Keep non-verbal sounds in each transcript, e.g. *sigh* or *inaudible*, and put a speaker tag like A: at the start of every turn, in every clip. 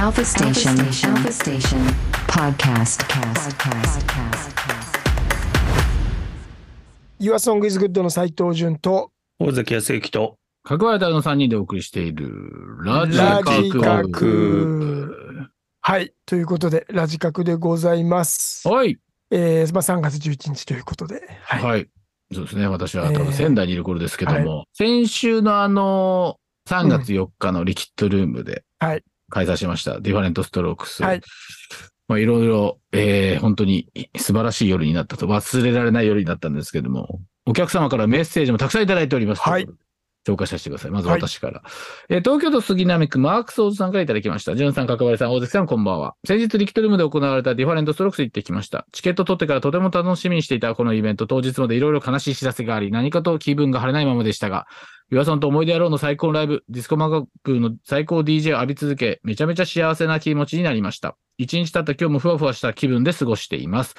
A: Alpha Station. Alpha Station. Podcast. Podcast. Podcast.
B: Your Song is Good の斉藤潤と、
C: 大関康之と、
D: かぐわだの3人でお送りしている、ラジ
B: ラ
D: カ
B: ジ
D: ク。
B: カク。はい、ということで、ラジカクでございます。
D: はい。
B: えー、まあ3月11日ということで、はい。
D: はい。そうですね。私は
B: えー
D: 多分仙台にいる頃ですけども、先週のあの、3月4日のリキッドルームで
B: はい、
D: 開催しました、ディファレントストロークス。
B: はい。
D: まあ、いろいろ、えー本当に素晴らしい夜になったと、忘れられない夜になったんですけども、お客様からメッセージもたくさんいただいております。
B: はい。
D: 紹介させてください。まず
B: はい
D: 私から。えー東京都杉並区マークスおじさんからいただきました。ジュンさん、角張りさん、大関さん、こんばんは。先日、リキッドルームで行われたディファレントストロークス行ってきました。チケット取ってからとても楽しみにしていたこのイベント、当日までいろいろ悲しい知らせがあり、何かと気分が晴れないままでしたが、岩さんと思い出野郎の最高のライブ、ディスコマガクの最高 DJ を浴び続け、めちゃめちゃ幸せな気持ちになりました。一日経った今日もふわふわした気分で過ごしています。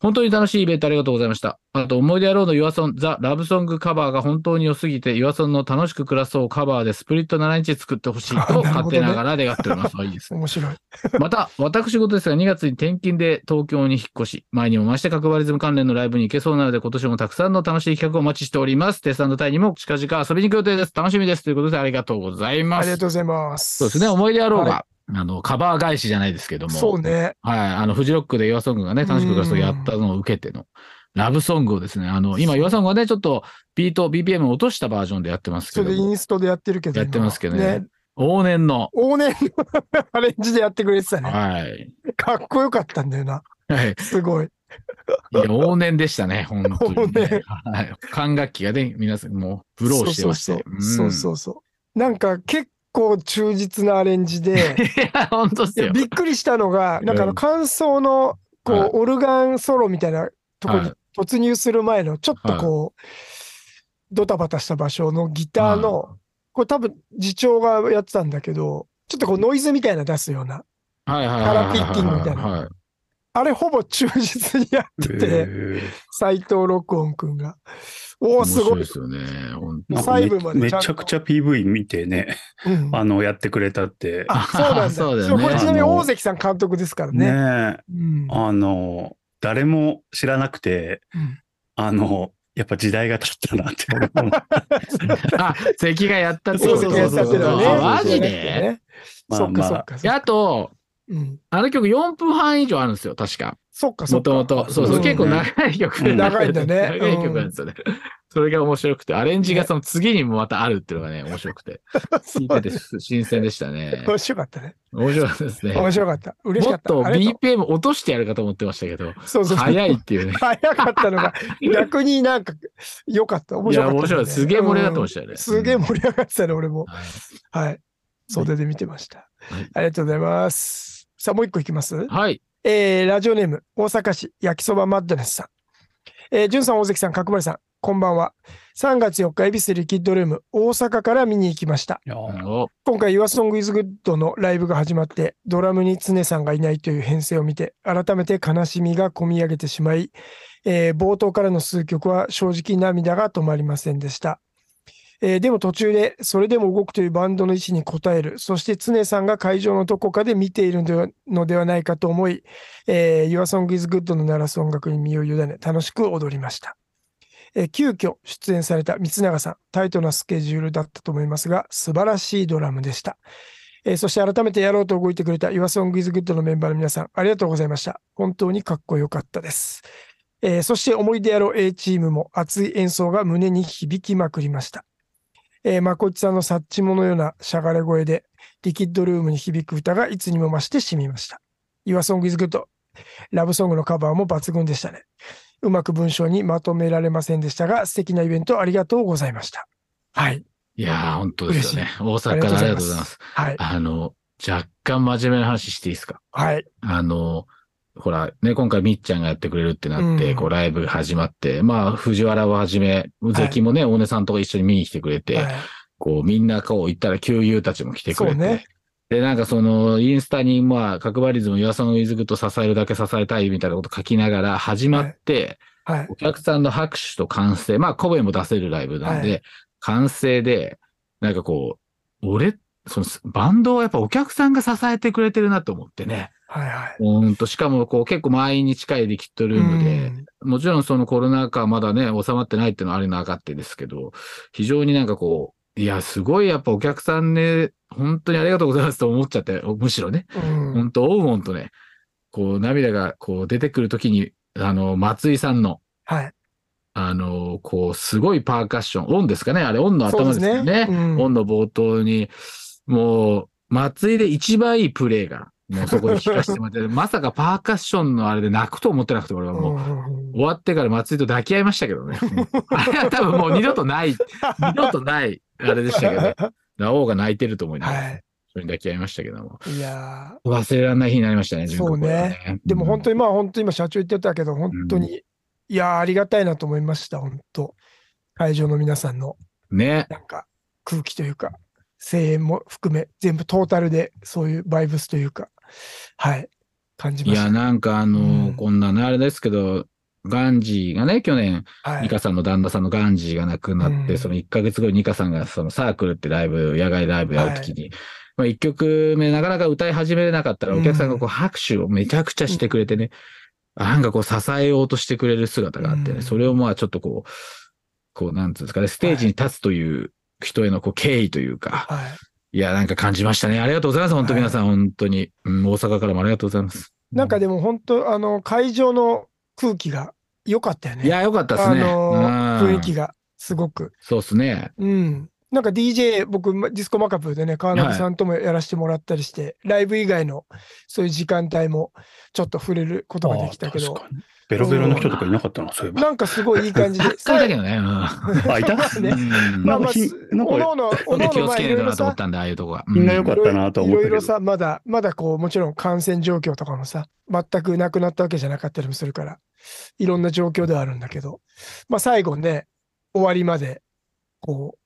D: 本当に楽しいイベントありがとうございました。あと、思い出野郎の YourSong、ザ・ラブソングカバーが本当に良すぎて、YourSong の楽しく暮らそうカバーでスプリット7インチ作ってほし
B: *laughs*
D: い
B: なるほ
D: と
B: どね
D: 勝手ながら願っております。あい *laughs* いですね
B: 面白い。
D: また、私事ですが、2月に転勤で東京に引っ越し、前にも増して角張りズム関連のライブに行けそうなので、今年もたくさんの楽しい企画をお待ちしております。テスタイにも近々遊びに行く予定です。楽しみです。ということで、ありがとうござい
B: あ
D: ま
B: りが
D: す。
B: とうございます。
D: そうですね、思い出あろうが、
B: は
D: あの、カバー返しじゃないですけども、
B: そうね。
D: はい、あの、フジロックで岩ソングがね、楽しく暮らすとやったのを受けての、ラブソングをですね、あの、今岩ソングはね、ちょっとビート、BPM を落としたバージョンでやってますけ
B: そ
D: ど
B: れでイ
D: も、
B: ンストでやってるけど。
D: やってますけどね。往年の、
B: 往年の *laughs* アレンジでやってくれてたね。
D: はい。
B: かっこよかったんだよな。
D: はい
B: すごい。
D: いや、往年でしたね、本
B: *laughs*
D: 当に、
B: 往年
D: ね。はい。管楽器がね、皆さんもう、ブローしてまして。
B: そうそうそう,、そううそう。なんか結構忠実なアレンジで、
D: ん。いや、本当ですよ。
B: びっくりしたのが、なんかあの感想の、こう、
D: はい
B: オルガンソロみたいなとこに
D: は
B: 突入する前の、ちょっとこう、ドタバタした場所のギターの、これ多分次長がやってたんだけど、ちょっとこうノイズみたいな出すような、
D: はいはいはい。
B: カラピッキングみたいな
D: はい。
B: あれほぼ忠実にやってて、斎藤録音くんが。おお、
D: 面
B: す
D: 白
B: ご
D: い
B: い
D: で。すよね。本
B: ま
D: 当
B: あ細部まで
C: め
B: ちゃんと
C: めちゃくちゃ PV 見てね、
B: うん
C: あの、やってくれたって。
D: *laughs*
B: あ、そうなんだ。
D: そうだ
B: そ
D: よね
B: うこれちなみに
C: あの
B: 大関さん監督ですから
C: ね
B: ね。
C: え
B: うん
C: あの、誰も知らなくて、
B: うん
C: あの、やっぱ時代が経ったなって *laughs* 思う。
D: あ、関がやったって
C: そうそうそうそ
B: 関がやっ
C: う
B: たってのはね
D: あマジで
B: ねそっかそっか。
D: であと、
B: うん
D: あの曲4分半以上あるんですよ、確か。
B: そっかそ
D: も
B: っか。
D: ともと。そうそう、
B: うん
D: 結構長い曲で
C: うん
B: 長いんだね
D: 長い曲なんですよね。それが面白くて、アレンジがその次にもまたあるっていうのがね、面白くて。聞いてて新鮮でしたね。
B: 面白かったね。
D: 面白かったですね。
B: 面白かった。嬉し
D: も
B: かっ。
D: ったと
B: ありが
D: BPM 落としてやるかと思ってましたけど、
B: う *laughs* そうそう。
D: 早いっていうね。
B: 早かったの
D: *laughs*
B: が、逆になんか、良かった。面
D: い
B: 白
D: や、
B: かった、
D: 面白い。すげえ盛り上がってま
B: し
D: したよね。
B: すげえ
D: うん
B: 盛り上がってたね、俺も。
D: はい
B: はい。袖で見てました。
D: はい
B: ありがとうございます。さあ、もう一個いきます。
D: はい。
B: えー、ラジオネーム、大阪市焼きそばマッドネスさん。えー、じゅんさん、大関さん、角丸さん、こんばんは。3月4日、恵比寿リキッドルーム、大阪から見に行きました。
C: いや
D: あの
B: 今回 YourSongIsGood のライブが始まってドラムに常さんがいないという編成を見て改めて悲しみがこみ上げてしまい、えー冒頭からの数曲は正直涙が止まりませんでした、えーでも途中でそれでも動くというバンドの意思に応えるそして常さんが会場のどこかで見ているのではのではないかと思い、えー、YourSongIsGood の鳴らす音楽に身を委ね楽しく踊りましたえー急遽出演された三永さん、タイトなスケジュールだったと思いますが、素晴らしいドラムでした。えーそして改めてやろうと動いてくれた YourSongIsGood のメンバーの皆さん、ありがとうございました。本当にかっこよかったです。えーそして思い出やろう A チームも熱い演奏が胸に響きまくりました。えー、まこっちさんのサッチモのようなしゃがれ声で、リキッドルームに響く歌がいつにも増してしみました。YourSongIsGood、ラブソングのカバーも抜群でしたね。うまく文章にまとめられませんでしたが、素敵なイベントありがとうございました。はい。
D: いやー、本当ですよね。大
B: あ
D: 阪
B: り
D: か
B: がと
D: ら
B: うござ
D: ありが
B: いま
D: とうございますす。。
B: はい。
D: あの、若干真面目な話していいですか
B: はい。
D: あの、ほら、ね、今回みっちゃんがやってくれるってなって、
B: うん
D: こう、ライブ始まって、まあ、藤原をはじめ、関もね、大根さんとか一緒に見に来てくれて、
B: はい
D: こう、みんなこう行ったら、旧友たちも来てくれて。
B: そうね
D: で、なんかその、インスタに、まあ、角張りズム、岩さんのイズグと支えるだけ支えたいみたいなこと書きながら、始まって、
B: はい。
D: お客さんの拍手と歓声、まあ、声も出せるライブなんで、
B: は
D: 歓声で、なんかこう、俺っそのバンドをやっぱお客さんが支えてくれてるなと思ってね。
B: はいはい。
D: うんと、しかもこう結構満員に近いリキッドルームで、もちろんそのコロナ禍まだね、収まってないっていうのはあれなかってですけど、非常になんかこう、いや、すごいやっぱお客さんね、本当にありがとうございますと思っちゃって、むしろね、
B: うん。うん
D: 本当、オウモンとね、こう涙がこう出てくるときに、あの、松井さんの、
B: はい。
D: あの、こう、すごいパーカッション、オンですかねあれ、オンの
B: そう
D: 頭
B: で
D: ですすよ
B: ね。。
D: ね
B: うん
D: オンの冒頭に、もう、松井で一番いいプレーが、もうそこで聞かせてもらって、 *laughs* まさかパーカッションのあれで泣くと思ってなくて、俺はもう、
B: うん
D: 終わってから松井と抱き合いましたけどね。もうあれは多分もう二度
B: *laughs*
D: とない、二 *laughs* 度とない、あれでしたけどね。ラオウが泣いてると思いながら、
B: は
D: それに抱き合いましたけども。
B: い。いや
D: 忘れられない日になりましたね、
B: そうね
D: 純子はね
B: ーでも本当に、まあ本当に今社長言ってたけど、本当に、いやーありがたいなと思いました、本当。会場の皆さんの、
D: うんね。
B: なんか、空気というか、声援も含め、全部トータルで、そういうバイブスというか、はい、感じ
D: い
B: ました。
D: や、なんかあの、
B: うん
D: こんなね、あれですけど、ガンジーがね、去年、
B: は
D: ニ
B: い。
D: カさんの旦那さんのガンジーが亡くなっ
B: う
D: て、
B: ん
D: その1ヶ月後にニカさんがそのサークルってライブ、野外ライブやるときに、まあ1曲目なかなか歌い始めれなかったら、
B: うん
D: お客さんがこう拍手をめちゃくちゃしてくれてね、なんかこう支えようとしてくれる姿があってね、
B: うん
D: それをまあちょっとこう、こうなんつうんですかね、ステージに立つという人へのこう敬意というか、
B: はい。
D: いや、なんか感じましたね。ありがとうございます。本当
B: はい
D: 皆さん、本当に、うん。大阪からもありがとうございます。
B: なんかでも本当、あの、会場の空気が良かったよね。
D: いや、よかったですね。
B: あのー
D: うん
B: 雰囲気がすごく。
D: そうですね。。
B: うん。なんか DJ、僕、まディスコマカプでね、川上さんともやらせてもらったりして、ライブ以外のそういう時間帯もちょっと触れることができたけ
C: あー
B: ど
C: 確、かにベロベロの人とかいなかったな、そういえば。
B: なんかすごいいい感じで
D: *laughs* それだけどね。うん
C: あ、いた
B: まあ *laughs* ね
D: うん
B: まあまあ、
C: なんかひ
B: す
C: なんか
B: おのおの、お
D: ほ
B: の
D: んで
B: お
D: 気
B: の
D: を
B: まあ
D: つけ
B: いろい
D: ないと
B: ろ
D: なと思
B: さ
D: っ、たんだ、ああいうとこは。
C: みんなよか
D: っ
C: ったなとは思
B: いろ
C: っ
B: い
C: たけど
B: ろ。さ、まだ、まだこう、もちろん感染状況とかもさ、全くなくなったわけじゃなかったりもするから、いろんな状況ではあるんだけど、まあ最後ね、終わりまで、こう、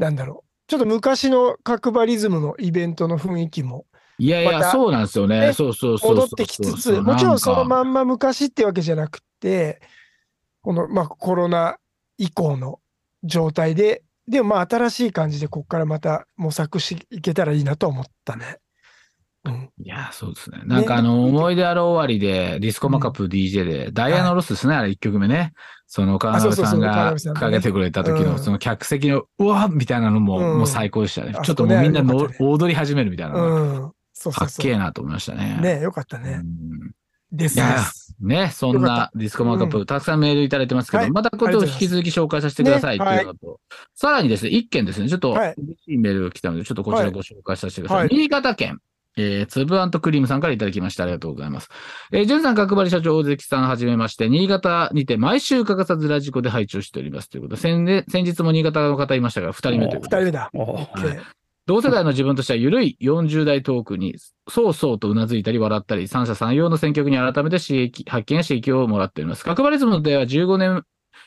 B: なんだろう。ちょっと昔の角張リズムのイベントの雰囲気も
D: いやい
B: また
D: や、そうなんですよね。
B: ね
D: そうそうそうそう。
B: 戻ってきつつ、もちろんそのまんま昔ってわけじゃなくて、この、まあ、コロナ以降の状態で、でもまあ新しい感じでここからまた模索していけたらいいなと思ったね。うん。
D: いや、そうですね。なんかあの、思い出ある終わりで、ディスコマカップ DJ で、ダイヤのロスですね、あれ1曲目ね。その、川
B: そう
D: 辺
B: そうそう
D: さん
B: 川
D: が
B: 辺さんね
D: かけてくれた
B: う
D: 時
B: ん
D: の、その客席の、うわみたいなのも、
B: うん
D: もう最高でしたね。
B: あ
D: ちょ
B: そ
D: っと
B: こ
D: も
B: ね
D: うみんな
B: よ
D: の
B: かった
D: 踊り始めるみたいなのが。
B: うん。そう
D: か
B: そう
D: っ
B: そ
D: けえ
B: う。
D: なと思いましたね。
B: ねよかった
D: う
B: ね。
D: ん
B: です
D: いや
B: です。
D: ね、そ
B: よ
D: ん
B: か
D: なディスコマーカップ、たくさんメールいただいてますけど、
B: はい
D: またこ
B: あ
D: れ
B: りがとうござ
D: を
B: い
D: 引
B: ます
D: き続き紹介させてくださいというのと、さらにですね、一件ですね、ちょっと
B: は
D: 嬉
B: い
D: しいメールが来たので、ちょっとこちらご紹介させてください。
B: はい
D: 新潟県、えー、つぶあんとクリームさんからいただきました。ありがとうございます。えー、じゅんさん、角張社長、大関さんはじめまして、新潟にて毎週欠かさずラジコで配置をしておりますということで、先日先日も新潟の方いましたが、二人目というこ
B: 二
D: とで
B: 人目だ。
C: あー
B: OK
D: 同世代の自分としては緩い40代トークに、そうそうとうなずいたり笑ったり、三者三様の選曲に改めて刺激、発見や刺激をもらっております。角張リズムの出会いは15年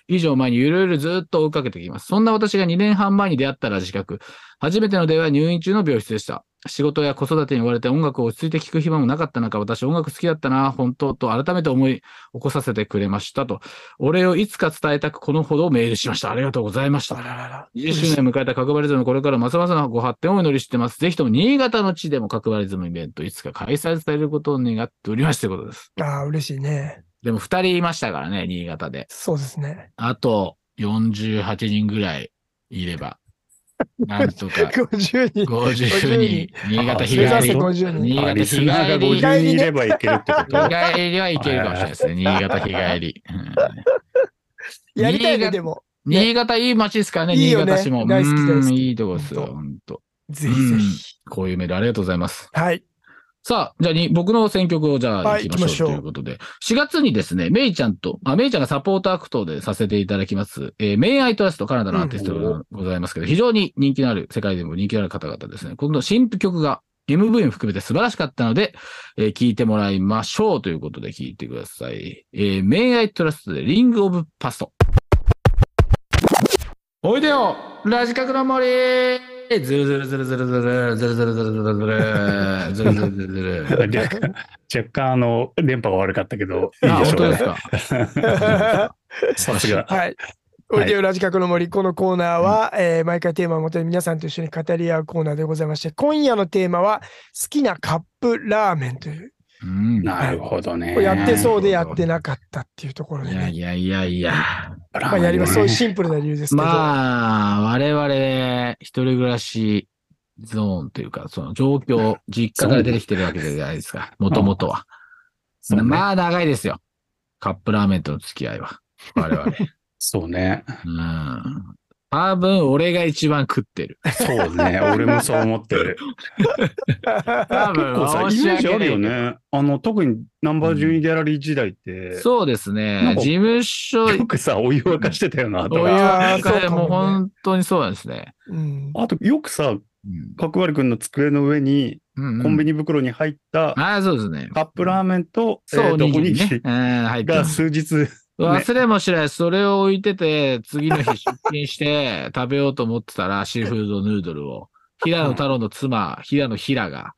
D: 以上前にゆるゆるずっと追いかけてきます。そんな私が2年半前に出会ったラジカク。初めての出会いは入院中の病室でした。仕事や子育てに追われて音楽を落ち着いて聴く暇もなかった中、私音楽好きだったな、本当と改めて思い起こさせてくれましたと。お礼をいつか伝えたくこのほどメールしました。ありがとうございました
B: あ。ららら。
D: 20周年を迎えた角張リズム、これからますますのご発展をお祈りしてます。ぜひとも新潟の地でも角張リズムイベント、いつか開催されることを願っておりますということです。
B: ああ、嬉しいね。
D: でも二人いましたからね、新潟で。
B: そうですね。
D: あと48人ぐらいい
B: *laughs*
D: れば、なんとか
B: 50人。
D: 50人、新潟日帰
B: 目指せ
D: り。
B: 50人。
D: 新潟
C: あリスナーが
D: 日帰り
C: 50人いればいけるってこ
D: 日
C: と
D: 帰りはいけるかもしれないですね。新潟日帰り。う
B: *laughs*
D: ん
B: やりたいね、
D: 新潟
B: でも。
D: 新潟いい街ですからね、
B: いい
D: 新
B: よね
D: 潟市も。
B: 大好き大好き
D: うんいいとこですよ、ほんと。
B: ぜひぜひ。
D: こういうメールありがとうございます。 *laughs*
B: はい。
D: さあ、じゃあに、僕の選曲をじゃあ
B: はい
D: 行きまし
B: 行きましょう
D: ょうということで、4月にですね、メイちゃんと、あ、メイちゃんがサポートアクトでさせていただきます、えー、メイアイトラスト、カナダのアーティスト
C: う
D: がございますけど、非常に人気のある、世界でも人気のある方々ですね。今度、新曲が MV も含めて素晴らしかったので、えー聞いてもらいましょうということで聞いてください。えー、メイアイトラストでリングオブパスト。おいでよラジカクの森ずるずるずるずるずるずるずるずるずるずるずるずるずるず
C: *laughs*
D: る
C: 若干若干、あの、電波が悪かったけど、いい
D: あ
C: でし
D: 本
C: ょ
D: 当
C: う
D: です
C: ね。
D: か。
B: は
C: さすが。
B: い。おいでよラジカクの森。このコーナーは、えー毎回テーマをもとに皆さんと一緒に語り合うコーナーでございまして、今夜のテーマは、好きなカップラーメンという。
D: うん。
C: なるほどね。
B: これやってそうでやってなかったっていうところで
D: いや
B: ね。
D: いやいやいや。
B: まあ、やります。そういうシ
C: ン
B: ンプルな理由ですけど。
D: まあ、我々、一人暮らしゾーンというか、その状況、実家から出てきてるわけじゃないですか。もともとは。
C: そうね。
D: まあ、長いですよ。カップラーメンとの付き合いは。我々。
C: *laughs* そうね。
D: うん。多分、俺が一番食ってる。
C: そうね。俺もそう思ってる。
D: 多
C: 結
D: 分、
C: 構さ、イメージあるよ
D: 申し訳ない
C: ね。あの、特にナンバー12ギャラリー時代っ
D: け
C: て、
D: ど。そうです
C: な
D: ね
C: ん。か
D: 事
C: *laughs*
D: 務所、
C: よくさ、お湯沸かしてたよな、と
D: お湯
C: か。
B: あ
D: は
B: ーそうかもね
D: もう本当にそうなん *laughs* ですね。
B: うん。
C: あと、よくさ、角割くんの机の上に、
D: コ
C: コンビニ袋に入った
D: ああ、そうですね。
C: カップラーメンと、え
D: そう、
C: ー
D: お
C: と
D: に
C: おに
D: ぎり
C: ぎ
D: ね
C: *laughs* り。
D: うん、入ってま
C: が
D: す。
C: 数日、
D: 忘れもしない。それを置いてて、次の日出勤して *laughs* 食べようと思ってたら、シーフードヌードルを。平野太郎の妻、平野平が、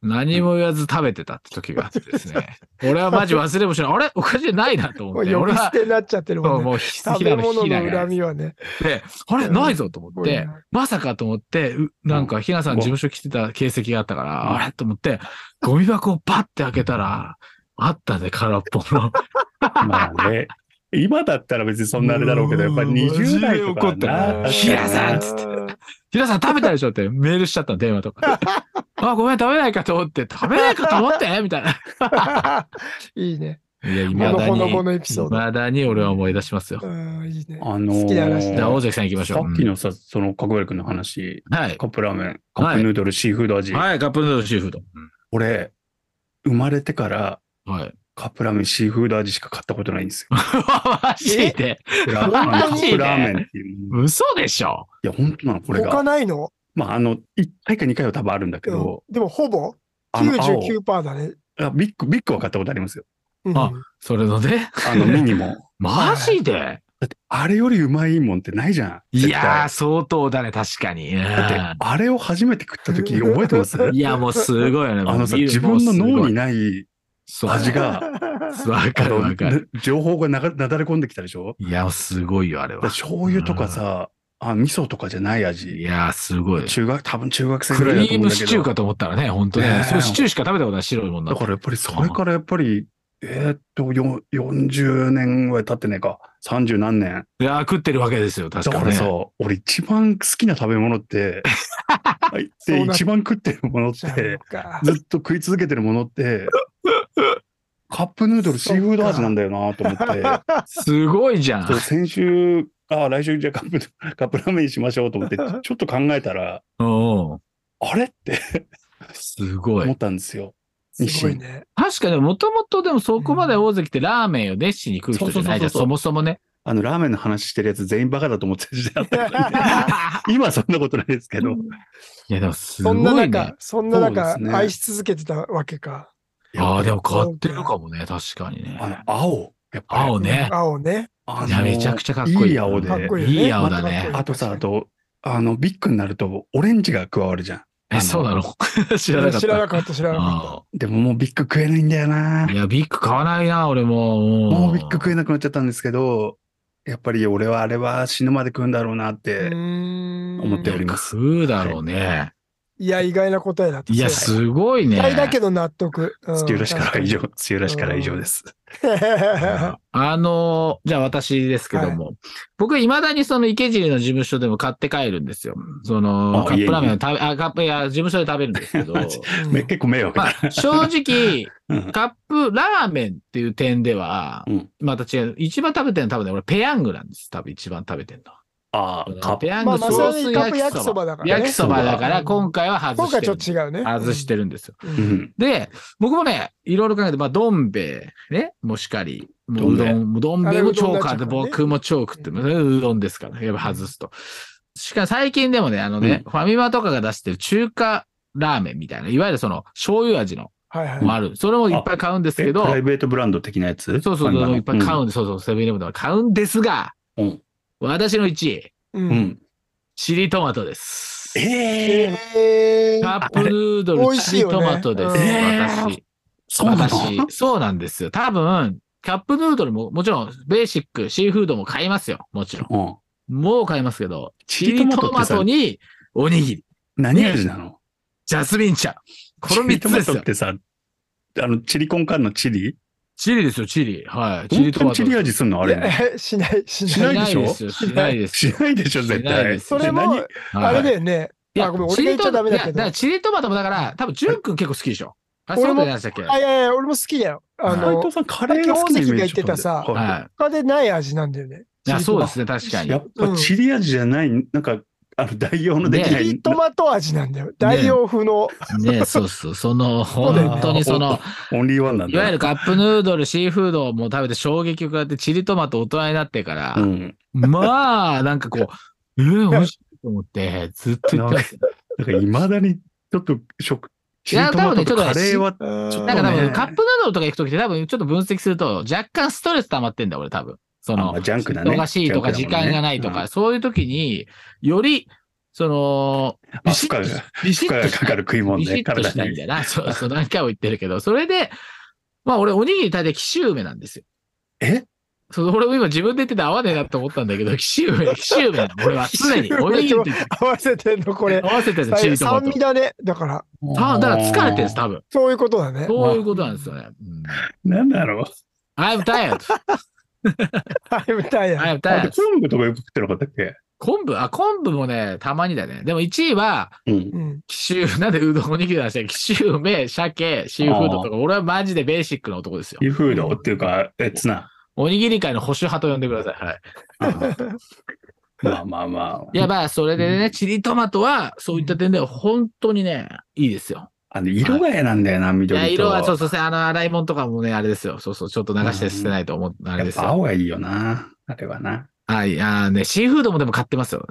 D: 何も言わず食べてたって時があってですね。俺はマジ忘れもしない。あれおかしいないなと思
B: も
D: っ
B: う
D: て。
B: 呼
D: 俺
B: び捨
D: は、
B: てになっちゃってる
D: そ
B: も
D: うん
B: ね。
D: もうひ
B: 食べ
D: 平野
B: 物
D: 平
B: の
D: が
B: 恨みはね。
D: で、あれないぞと思って、まさかと思って、うなんか、ひなさ
C: う
D: ん
C: ん
D: 事務所来てた形跡があったか
C: う
D: ら、
C: ん
D: あれと思って、ゴミ箱をパッて開けたら、あったね、空っぽの。
C: まあね、今だったら別にそんなあれだろうけど、やっぱり20代とかは
D: う
C: な。確
D: ん
C: かに
D: 平さんっつ *laughs*
B: って。
D: ひなさん食べたでしょってメールしちゃったの、電話とか。
B: *laughs*
D: あ、ごめん、食べないかと思って、食べないかと思ってみたいな。
B: いいね。
D: いや、未
B: ほの
D: だ
B: ほの
D: に、
B: ほのエピソード。
D: 未だに俺は思い出しますよ。
B: うん、いいね。
C: あのー
B: 好きな話
D: じゃ
B: だ
D: あ、大関さん行きまし
C: さ
D: ょう。
C: っきのさ、その、角割くんの話、
D: うんはい。
C: カップラーメン、カップヌードル、シーフード味。
D: はい、カップヌードルシーフード。
C: 俺、生まれてから、
D: うんはい。
C: カップラーメン、シーフード味しか買ったことないんですよ。
D: マジで
C: あのカ
D: *laughs* マジで
C: ップラーメンっていうもの。い
D: 嘘でしょ
C: や、本当なの、これ
B: 他
C: が。
B: ないの
C: まあ、あの、1回か2回は多分あるんだけ
B: うん
C: ど、
B: でもほぼ
C: あの、青
B: 99%だね。
C: あビッグ、ビッグは買ったことありますよ。
B: うん
D: あそれのね。
C: あの、ミニ
D: *laughs*
C: も。
D: マジで
C: だって、あれよりうまいもんってないじゃん。
D: い
C: 絶対
D: やー、相当だね、確かに。
C: だって、あれを初めて食った時覚えてます
D: *laughs* いや、もうすごいよね。
C: あのさ、
D: もう見る
C: 自分の
D: もうす
C: 脳
D: ごい
C: にない
D: そう
C: 味
D: *laughs*
C: が、
D: わか
C: あ
D: る
C: の
D: わかる。
C: な情報がながなだれ込んできたでしょ
D: いや、すごいよ、あれ
C: だ
D: は
C: から。醤油とかさ、あ味噌とかじゃない
D: い
C: 味。
D: や、すごい。
C: 中学、多分中学生ぐ
D: ク
C: らいだ
D: リ
C: と
D: ー
C: 思うん
D: ム
C: だけ
D: シチュー
C: ど。
D: かと思ったらね、本当
C: ね
D: ね
C: え。
D: それシチューしか食べたことない白いもんな
C: だ
D: んて
C: からやっぱりそれからやっぱり、えーっと、よ40年ぐらい経ってねえか。30何年。
D: いや、食ってるわけですよ、確
C: だ
D: か
C: か
D: に
C: ら
D: ね。
C: さ、俺一番好きな食べ物っ
D: *laughs*
C: て、はいで
B: そうな
C: 一番食ってるものっ
B: じゃ
C: て
B: あ、か
C: ずっと食い続けてるものって、カップヌードルシーフード味なんだよなと思って、
D: すごいじゃん。
C: そう先週、ああ、来週じゃあカップ、カップラーメンにしましょうと思
D: *laughs*
C: って、ちょっと考えたら、
D: うんうん。
C: あれって
D: すご
C: 思
D: い
C: っ。たんですよ。
B: すごいね。
D: 確かに、もともとでもそこまで大関ってラーメンを熱心に食う人じゃないじゃ
C: そうそうそう
D: ん、
C: そう
D: そもそも
C: *laughs*
D: ね。
C: あの、ラーメンの話してるやつ全員バカだと思ってる時代あ
D: *laughs*
C: ったからね今そんなことないですけど。い
D: いや、でも
B: *laughs*
D: す
B: そ
D: ご
B: んない中
D: ね。、
B: そんな
C: そう
B: 中
C: です、ね
B: 愛し続けてたわけか。
C: や
D: ああ、でも買ってるかもね、確かにね。
C: あの、青。やっぱり
D: 青ね。
B: 青ね。
C: あの
D: いや、めちゃくちゃかっこいい。
C: いい青で。
B: かっこいいよね
D: いい青だね。
C: あとさ、あと、あの、ビッグになると、オレンジが加わるじゃん。
D: え、そうなの *laughs* 知らなかった。
B: 知らなかった、知らなかっ。
D: あ
C: でももうビッグ食えないんだよな
D: あい。や、ビッグ買わないな、俺も。
C: もうビッグ食
D: え
C: えなくなっちゃったんですけど、やっぱり俺はあれは死ぬまで食うんだろうなった
B: う
C: て、
B: ーん
C: 思っております
D: 食うだろうね。
B: いや、意外な答えだった。
D: いや、
B: ご
D: すごいね。
B: 意外だけど納得。うん
C: 土浦市からは以上、土浦市からは以上です。
D: あのー、じゃあ私ですけども、僕、いまだにその池尻の事務所でも買って帰るんですよ。その、
C: あ
D: カップラーメンを
C: い
D: 食べ、あ、カップ、いや、事務所で食べるんですけど、
C: マジ
B: うん
C: め結構迷惑
D: ま
C: だ。
D: あ、正直、
C: うん
D: カップラーメンっていう点では
C: うん、
D: また違う。一番食べてるのは多分ね、俺、ペヤングなんです。多分一番食べてるのは。
C: ああ、カップ
D: ペ。ヤン
B: まあ
D: グ
B: まあ
D: ソース
B: それはカップ
D: 焼
B: 焼き
D: きそ
B: そ
D: ば。
B: ばだからね。
D: 焼きそばだから、今回は外
B: 今
D: して
B: 回
D: る。
B: ちょっと違うね。
D: 外してるんですよ。
B: うん。
C: う
B: うん
C: ん。
D: で、僕もね、いろいろ考えて、まあ、どん兵衛、ね、もしかり、もううど
C: どん兵衛
D: ん、もうどん兵衛も超買っ
B: あれうどんに
D: て、
B: なっちゃうからね
D: 僕も超食って、ううどんですから、やっぱ外すと。しかも最近でもね、あのね、ファミマとかが出してる中華ラーメンみたいな、いわゆるその醤油味の
B: はいはい
D: も。ある。それもいっぱい買うんです
C: え
D: けど
C: プ、ライベートブランド的なやつ
D: そうそう、いっぱい買
C: う。
D: うんんで、そうそう、セブンイレブンとか買うんですが、
C: うん
D: 私の1位、
B: う。
C: うんん。
D: チリトマトです。
C: ええ、
B: えー
D: カップヌード
B: あ
D: ル
B: れ
D: チリトマトです、
B: 美味しい
C: よねうん
D: 私。
C: そうなの
D: 私、そうなんですよ。多分、キャップヌードルも、もちろん、ベーシック、シーフードも買いますよ。もちろん。
C: うん。
D: もう買いますけど、
C: チ
D: チリ
C: リト
D: ト
C: マト
D: マ
C: ってさ
D: ト、に、おにぎり、
C: 何味なの
D: ジャスミン茶。この
C: チリ
D: 3
C: ト
D: つで
C: マ
D: す
C: ト
D: よ
C: っ。てさ、あの、チリコンカンのチリ
D: チリですよ、チリ。はい。チ
C: 本
D: リ
C: 当
D: トマ
C: に
D: ト。
C: チリ味すんのあれ。
B: え *laughs* しない、し
D: し
B: ない。
D: ない
C: しないで
D: で
C: すし
D: よ、しないです
C: し
D: よ。
C: *laughs* ないでしょ、絶
D: しないで
C: 対。
D: す
B: それ
C: で
B: も
C: 何、
B: あれだ
D: で
B: よね。
D: いや
B: あごめん俺が言っちゃダメだけど
D: チリトマトいやからチリトマトもだから、多分、ジュン君結構好きでしょ。あ、そう
B: 俺
D: じ
B: も
D: ゃないでしたっけ
B: あ、いやいや、俺も好きだよ。あ
C: 斉
B: の、
C: 藤さん、カレーが好きなイ
B: さっき大
C: メージ
B: 関が言ってたさ
C: はい
D: は
B: 他でない味なんだよね。。
D: い。いや、そうですすね、確かに。
C: やっぱチリ味じゃない、なんか、あの、代用のでき
B: チ
C: ない。
B: リトマト味なんだよ。大洋風の。
D: ねそうそう。その、
B: うだよね
D: 本当にその、
C: オンリーワンなんだ。
D: いわゆるカップヌードル、シーフードをもう食べて衝撃を食らって、チリトマト大人になってから、
C: うん。
D: まあ、なんかこ
C: *laughs*
D: う、えー、美味しいと思って、ずっと言ってます。
C: だから、いまだに、ちょっと、食、チリトマトとカレーは、
B: ち
C: ょっと
D: なん
C: ね
D: か多
C: そう
D: 分、カップヌードルとか行くときって多分、ちょっと分析すると、若干ストレス溜まってんだよ、俺多分。そ
C: あ
D: の
C: まあ、ジャンクだね
D: 忙しいとか、
C: ジ
D: 時
C: ャンクだもんね
D: 間がないとか、そういうときに、より、その、ビ
C: あ
D: シ
C: 負
D: ッと
C: 荷
D: し
C: が、
D: ビシ
C: 負
D: ッ
C: 荷
D: と
C: が
D: し
C: か
D: ない
C: かる食い物
D: ビシ
C: ね、
D: ッと
C: 体
D: しないん
C: に。
D: だよな。そうそう、何回も言ってるけど、それで、まあ俺、おにぎり大体紀州梅なんですよ。
C: え
D: そう俺も今自分で言ってて合わねえなと思ったんだけど、 *laughs* 紀州梅、紀州梅なの。俺は常におにぎりと言って
B: 合わせてんの、これ。
D: 合わせてるんですよ、チリトマ
B: 酸
D: ト
B: 味。だね。だから、
D: あだから疲れてるんです、多分。
B: そういうことだね。 *laughs*
D: そういうことなんですよね。
C: なんだろう。
D: うん、I'm tired.
B: あれみたいや。
D: I'm
C: あと
D: tired.
C: 昆布とかよく食ってなかったっけ
D: 昆布、あ、昆布もね、たまにだね。でも1位は、
C: うん。
B: うん。
D: 紀州、なんでうどんおにぎりなんですか紀州梅、鮭、シーフードとか、俺はマジでベーシックな男ですよ
C: シ。ーフードっていうか、え、ツナ。
D: おにぎり界の保守派と呼んでください。はい。
C: まあまあまあ。
D: いや、まあ、それでね、チリトマトは、そういった点では本当にね、いいですよ。
C: あの、色がえなんだよな、
D: い
C: 緑と。
D: や、色は、そうそうそう、あの、洗い物とかもね、あれですよ。そうそう、ちょっと流して捨てないと思う、あれ
C: や
D: で
C: っ
D: す
C: ぱ
D: よ。
C: 青がいいよな。あれはな。
D: はい、あーね、シーフードもでも買ってますよ。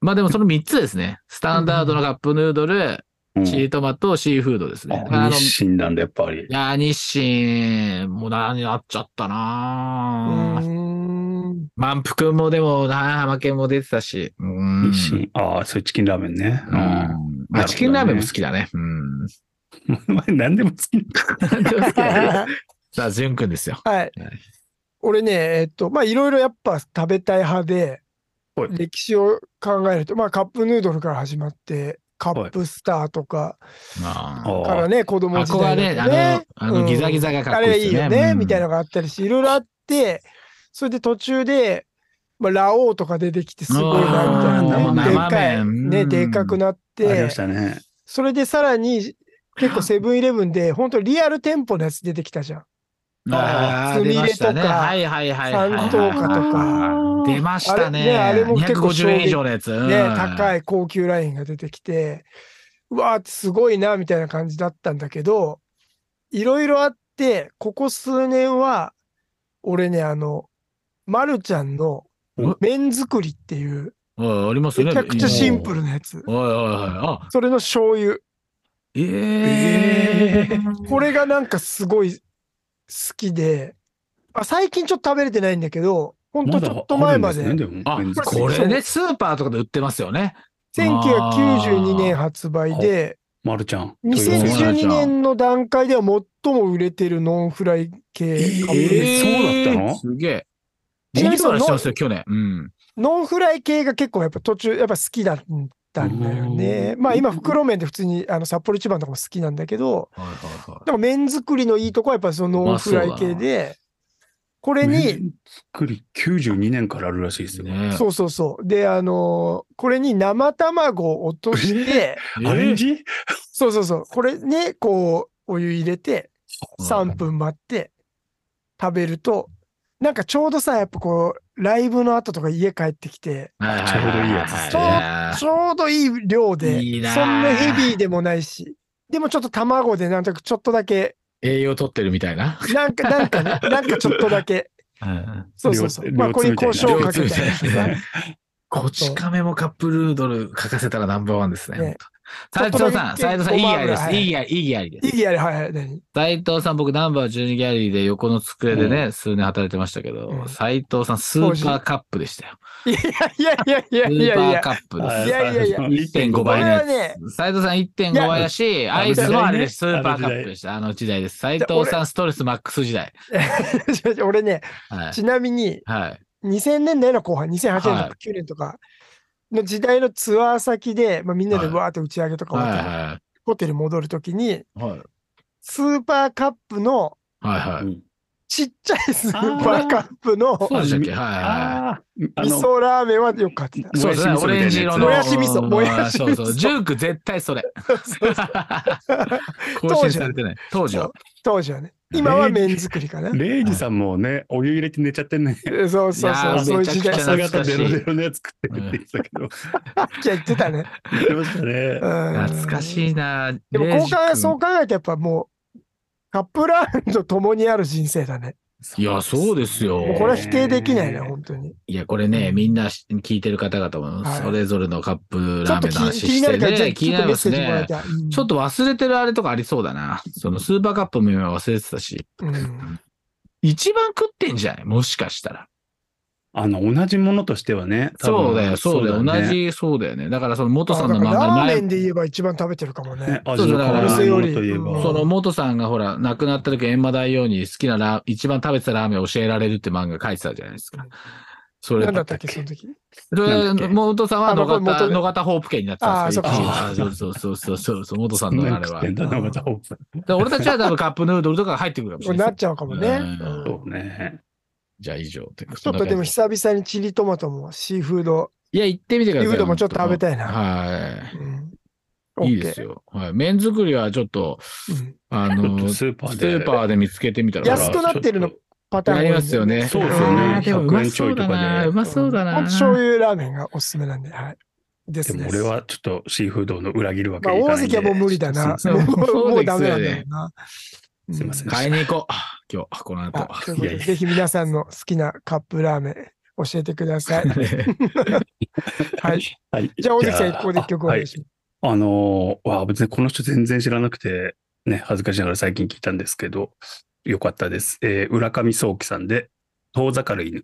D: まあでもその3つですね。スタンダードのカップヌードル、
C: うん
D: チリトマト、シーフードですね。あ
C: あ
D: の、
C: 日
D: い
C: 清なんだ、やっぱり。
D: やー、日清、もう何やっちゃった
B: う
D: な
B: ー
D: ぁ。
B: ん。
D: 満腹もでも、な浜県も出てたし。うーん
C: 日清。ああ、そういうチキンラーメンね。
D: うんまあ、チキンラーメンも好きだね。うん。
C: うん。 *laughs* お前何でも好きな
D: さあ、ジュン君ですよ。
B: はい。俺ね、えっと、まあ、いろいろやっぱ食べたい派で
C: は、い
B: 歴史を考えると、まあ、カップヌードルから始まって、カップスターとか
D: あ
C: の。
B: からね、子供
D: あ
B: 時
D: こは
B: 代
D: ね、
B: だ
D: あ
B: と
D: の、あ
B: う
D: の
B: ん
D: ギザギザがか
B: あ
D: っこいい
B: れ
D: です
B: いいよ
D: よ
B: ね、
D: ね。
B: みたいなのがあったりして、いろいろあって、それで途中で、まあ、ラオウとか出てきてすごいな、みたいな、ね。
C: あー
B: でっか
D: 生
B: い、
D: 麺う
B: ね、
D: ん
B: でかくなっ
C: あり
B: て
C: まし、たね。
B: それでさらに、結構セブンイレブンで、本当リアル店舗のやつ出てきたじゃん。
D: うん。ああ、
B: つみれ
D: 出
B: とか
D: ましたね。はいはいはいはいは
B: 三
D: い。
B: 等価と
C: か
D: 出ましたね。
B: あれねあれも結構衝撃
D: 250円以上のやつ。ね
B: ね、高い高級ラインが出てきて、うわーってすごいな、みたいな感じだったんだけど、いろいろあって、ここ数年は、俺ね、あの、まるちゃんの
D: お
B: 麺作りっていう、
D: おいありますよ
B: めち
D: ね。
B: ゃくちゃシンプルなやつ。
D: おいおいおい。あ、
B: それの醤油。
D: ええー。
B: これがなんかすごい好きで、あ最近ちょっと食べれてないんだけど、ほんとちょっと前まで、
C: あるんすねも
D: あ
C: 麺、作り
D: これね、スーパーとかで売ってますよね。
B: 1992年発売で、
C: まるちゃん。
D: 2020
B: 2012年の段階では最も売れてるノンフライ
C: え
B: 系
C: ー
B: カップヌードル
C: そうだったの
D: すげえ。
B: ち
D: 人
B: なみ
D: 気
B: に
D: そ
B: そうの
D: してますよ、去年。うん。
B: ノンフライ系が結構やっぱ途中やっぱ好きだったんだよね。まあ今袋麺で普通にあの札幌一番とかも好きなんだけど、
D: はいはいは
B: だから麺作りのいいとこはやっぱそのノンフライ系で、これに
C: 麺作り92年からあるらしいです
D: い。
C: よ。
D: ね
B: そうそうそう。で、あのーこれに生卵を落として、
D: え
C: アレンジ、
B: そうそうそう。これね、こう、お湯入れて、3分待って、食べると、なんかちょうどさ、やっぱこう、ライブの後とか家帰ってきて、
D: はいは
C: ちょうどいいやつ
D: は
C: です
B: ね
D: は
B: ちょうどいい量で、
D: いいなあ
B: そんなヘビーでもないし、でもちょっと卵でなんとなくちょっとだけ、
D: 栄養取ってるみたいな。
B: なんか、なんか
D: *laughs*
B: ね、なんかちょっとだけ、そうそうそう。
C: 両
B: まあ、これに
C: 両
B: 胡
C: つみたい
B: 椒
C: な
B: をかけたりとか
D: *laughs* 両つみたいなこち亀もカップルードル書かせたらナンバーワンですね。
B: ね
D: 斉藤さん、斉藤さん、いいギャラリーです。
B: はい
D: いいギャラリー、いいギャラリーです
B: い。いやれ、はいはい、何 *laughs*
D: 斉藤さん、僕、ナンバー12ギャラリーで横の机でね、数年働いてましたけ
B: う
D: ど、
B: ん
D: 斉藤さん、スーパーカップでしたよ。
B: いやいやい
D: ス
B: やいやい
D: ーパー
B: や *laughs*
D: カ。ップで
B: いやいやいや
D: *laughs* 1.5
B: こ
D: 倍
B: れ
D: の
B: は
D: や
B: ね、
D: す。斉藤さん1.5倍だし、アイスもあれです。ス
C: あの
D: ー
C: 時代ね
D: パーカップでした。あの時代です。斉藤さん、ストレスマックス時代。
B: 俺ね、
D: はい。
B: ちなみに
D: はい。
B: 2000年代の後半、2008年と
D: はい
B: か9年とかの時代のツアー先で、まあ、みんなで
D: はい
B: わーって打ち上げとか終わったら、
D: は
B: ホテル戻るときに、
D: い。はい。
B: スーパーカップの
D: はい。はい。
B: ちっちゃいスーパーカップの
D: そうでしたっけ
C: あ
D: はいはいはい。
C: あー、あ
B: 味
C: の、
B: 噌ラーメンはよく買ってた。
D: そうですね。オレンジ色の。
B: もやし味噌
D: うん
B: もやし味噌
D: そうそう。ジューク絶
B: *laughs*
D: 対それ。更新されてない。当時は。
B: 当時はね。今は麺作りかな。
C: レイジさんもね、お湯入れて寝ちゃってんね。
B: そうそう
D: い
B: そう
D: やー、
B: そういう
D: めちゃく
B: 時
D: ちゃ
B: 代。
C: 朝
D: 懐
C: 方
D: かし
C: ゼロゼ
D: い。
C: ロのやつ食ってるって言ってたけど、
B: あっきゃ言ってたね。
C: 言ってましたね。
B: 懐
D: 懐かしいなぁ
B: でも
D: レイ
B: 交
D: ジ君
B: 換、そう考えてやっぱもう、カップラーメンと共にある人生だね。
D: *laughs* いや、そうですよ。
B: もうこれは否定できないね、本当に。
D: いや、これね、みんなし聞いてる方々も、
B: はい
D: それぞれのカップ
B: ちょ
D: ラ
B: っと
D: ーメン
B: 気
D: の話
B: 気に
D: し
B: な
D: て
B: るから、じゃあ
D: ね、
B: ち
D: 気
B: ょ
D: に
B: っとメ
D: なりま
B: ッセ
D: す
B: ージもらい
D: ね。
B: たい。
D: ちょっと忘れてるあれとかありそうだな。そのスーパーカップも今忘れてたし、
B: と、うん
D: 一番食ってんじゃないもしかしたら。
C: あの、同じものとしてはね。多分
D: そうだよ、そうだよ、
C: ね
D: 同じ、そうだよね。だからその元さんの
B: あだか
D: 漫
B: ら
D: 画
B: ラーメ
D: 前
B: ン、で言えば一番食べてるかも
C: ね
B: ね。
C: 味の変わらないものといえ
B: うん
C: ば。
D: その元さんがほら、亡くなった時、閻魔大王に好きなラー、一番食べてたラーメンを教えられるって漫画書いてたじゃないですか。それ
B: 何だったっけ、その時。
D: それ
C: なんだっけ
D: 元さんは
B: あ
D: 野
B: これ元
D: 方、
B: ね
D: 野方ホープ家になってたんですけど、
B: あ
C: ー
D: 一
C: そっか
D: 時はそうそうそうそうそうそう、元さん
C: そん
D: の
C: なの
D: あれ
C: 食っ
D: は
C: て。んだなまた
D: で俺たちは多分カップヌードルとかが入ってくるかもしれな
B: ないっ。ちゃうかもね。
D: うん
B: うん
C: そうね。
D: じゃあ以上ていう
B: ちょっとでも
D: い
B: 久々にチリトマトもシーフード、
D: や、行ってみてください。
B: いうどんもちょっと食べたいな
D: は
B: うん
D: い。いいですよ。はい。麺作りはちょっと、
B: OK うん
D: あ
C: ちょっ
D: の、
C: と
D: ス
C: スーパーで。
D: ーパーで見つけてみたら。
B: 安くなってるのパターン
D: あ
B: 多い
D: り
B: んで
D: ますよね。
C: そうですよね
D: あーでもう
C: 100
D: まそうだな。
C: 円ちょいとかで
D: うまそうだな。
B: ほんと醤油ラーメンがおすすめなんで、はい。で
C: ですも
B: です
C: 俺はちょっとシーフードの裏切るわけ
B: まあ、
C: にいかない
B: 大
C: んで。
B: 関はもう無理だな。
C: すい
B: も
D: そううそう
B: もうダメなんだろうな。
C: すいません
D: 買いに行こう。今日、この後。
B: あということで
C: いやいや
B: ぜひ皆さんの好きなカップラーメン教えてください。はい。
C: ませんはい。
B: じゃあ、大関さん、
C: じゃあ
B: ここで一曲お
C: は
B: 願
C: い
B: い。します。
C: あのー、わ、別にこの人全然知らなくて、ね、恥ずかしながら最近聞いたんですけど、よかったです。えー浦上聡輝さんで、遠ざかる犬。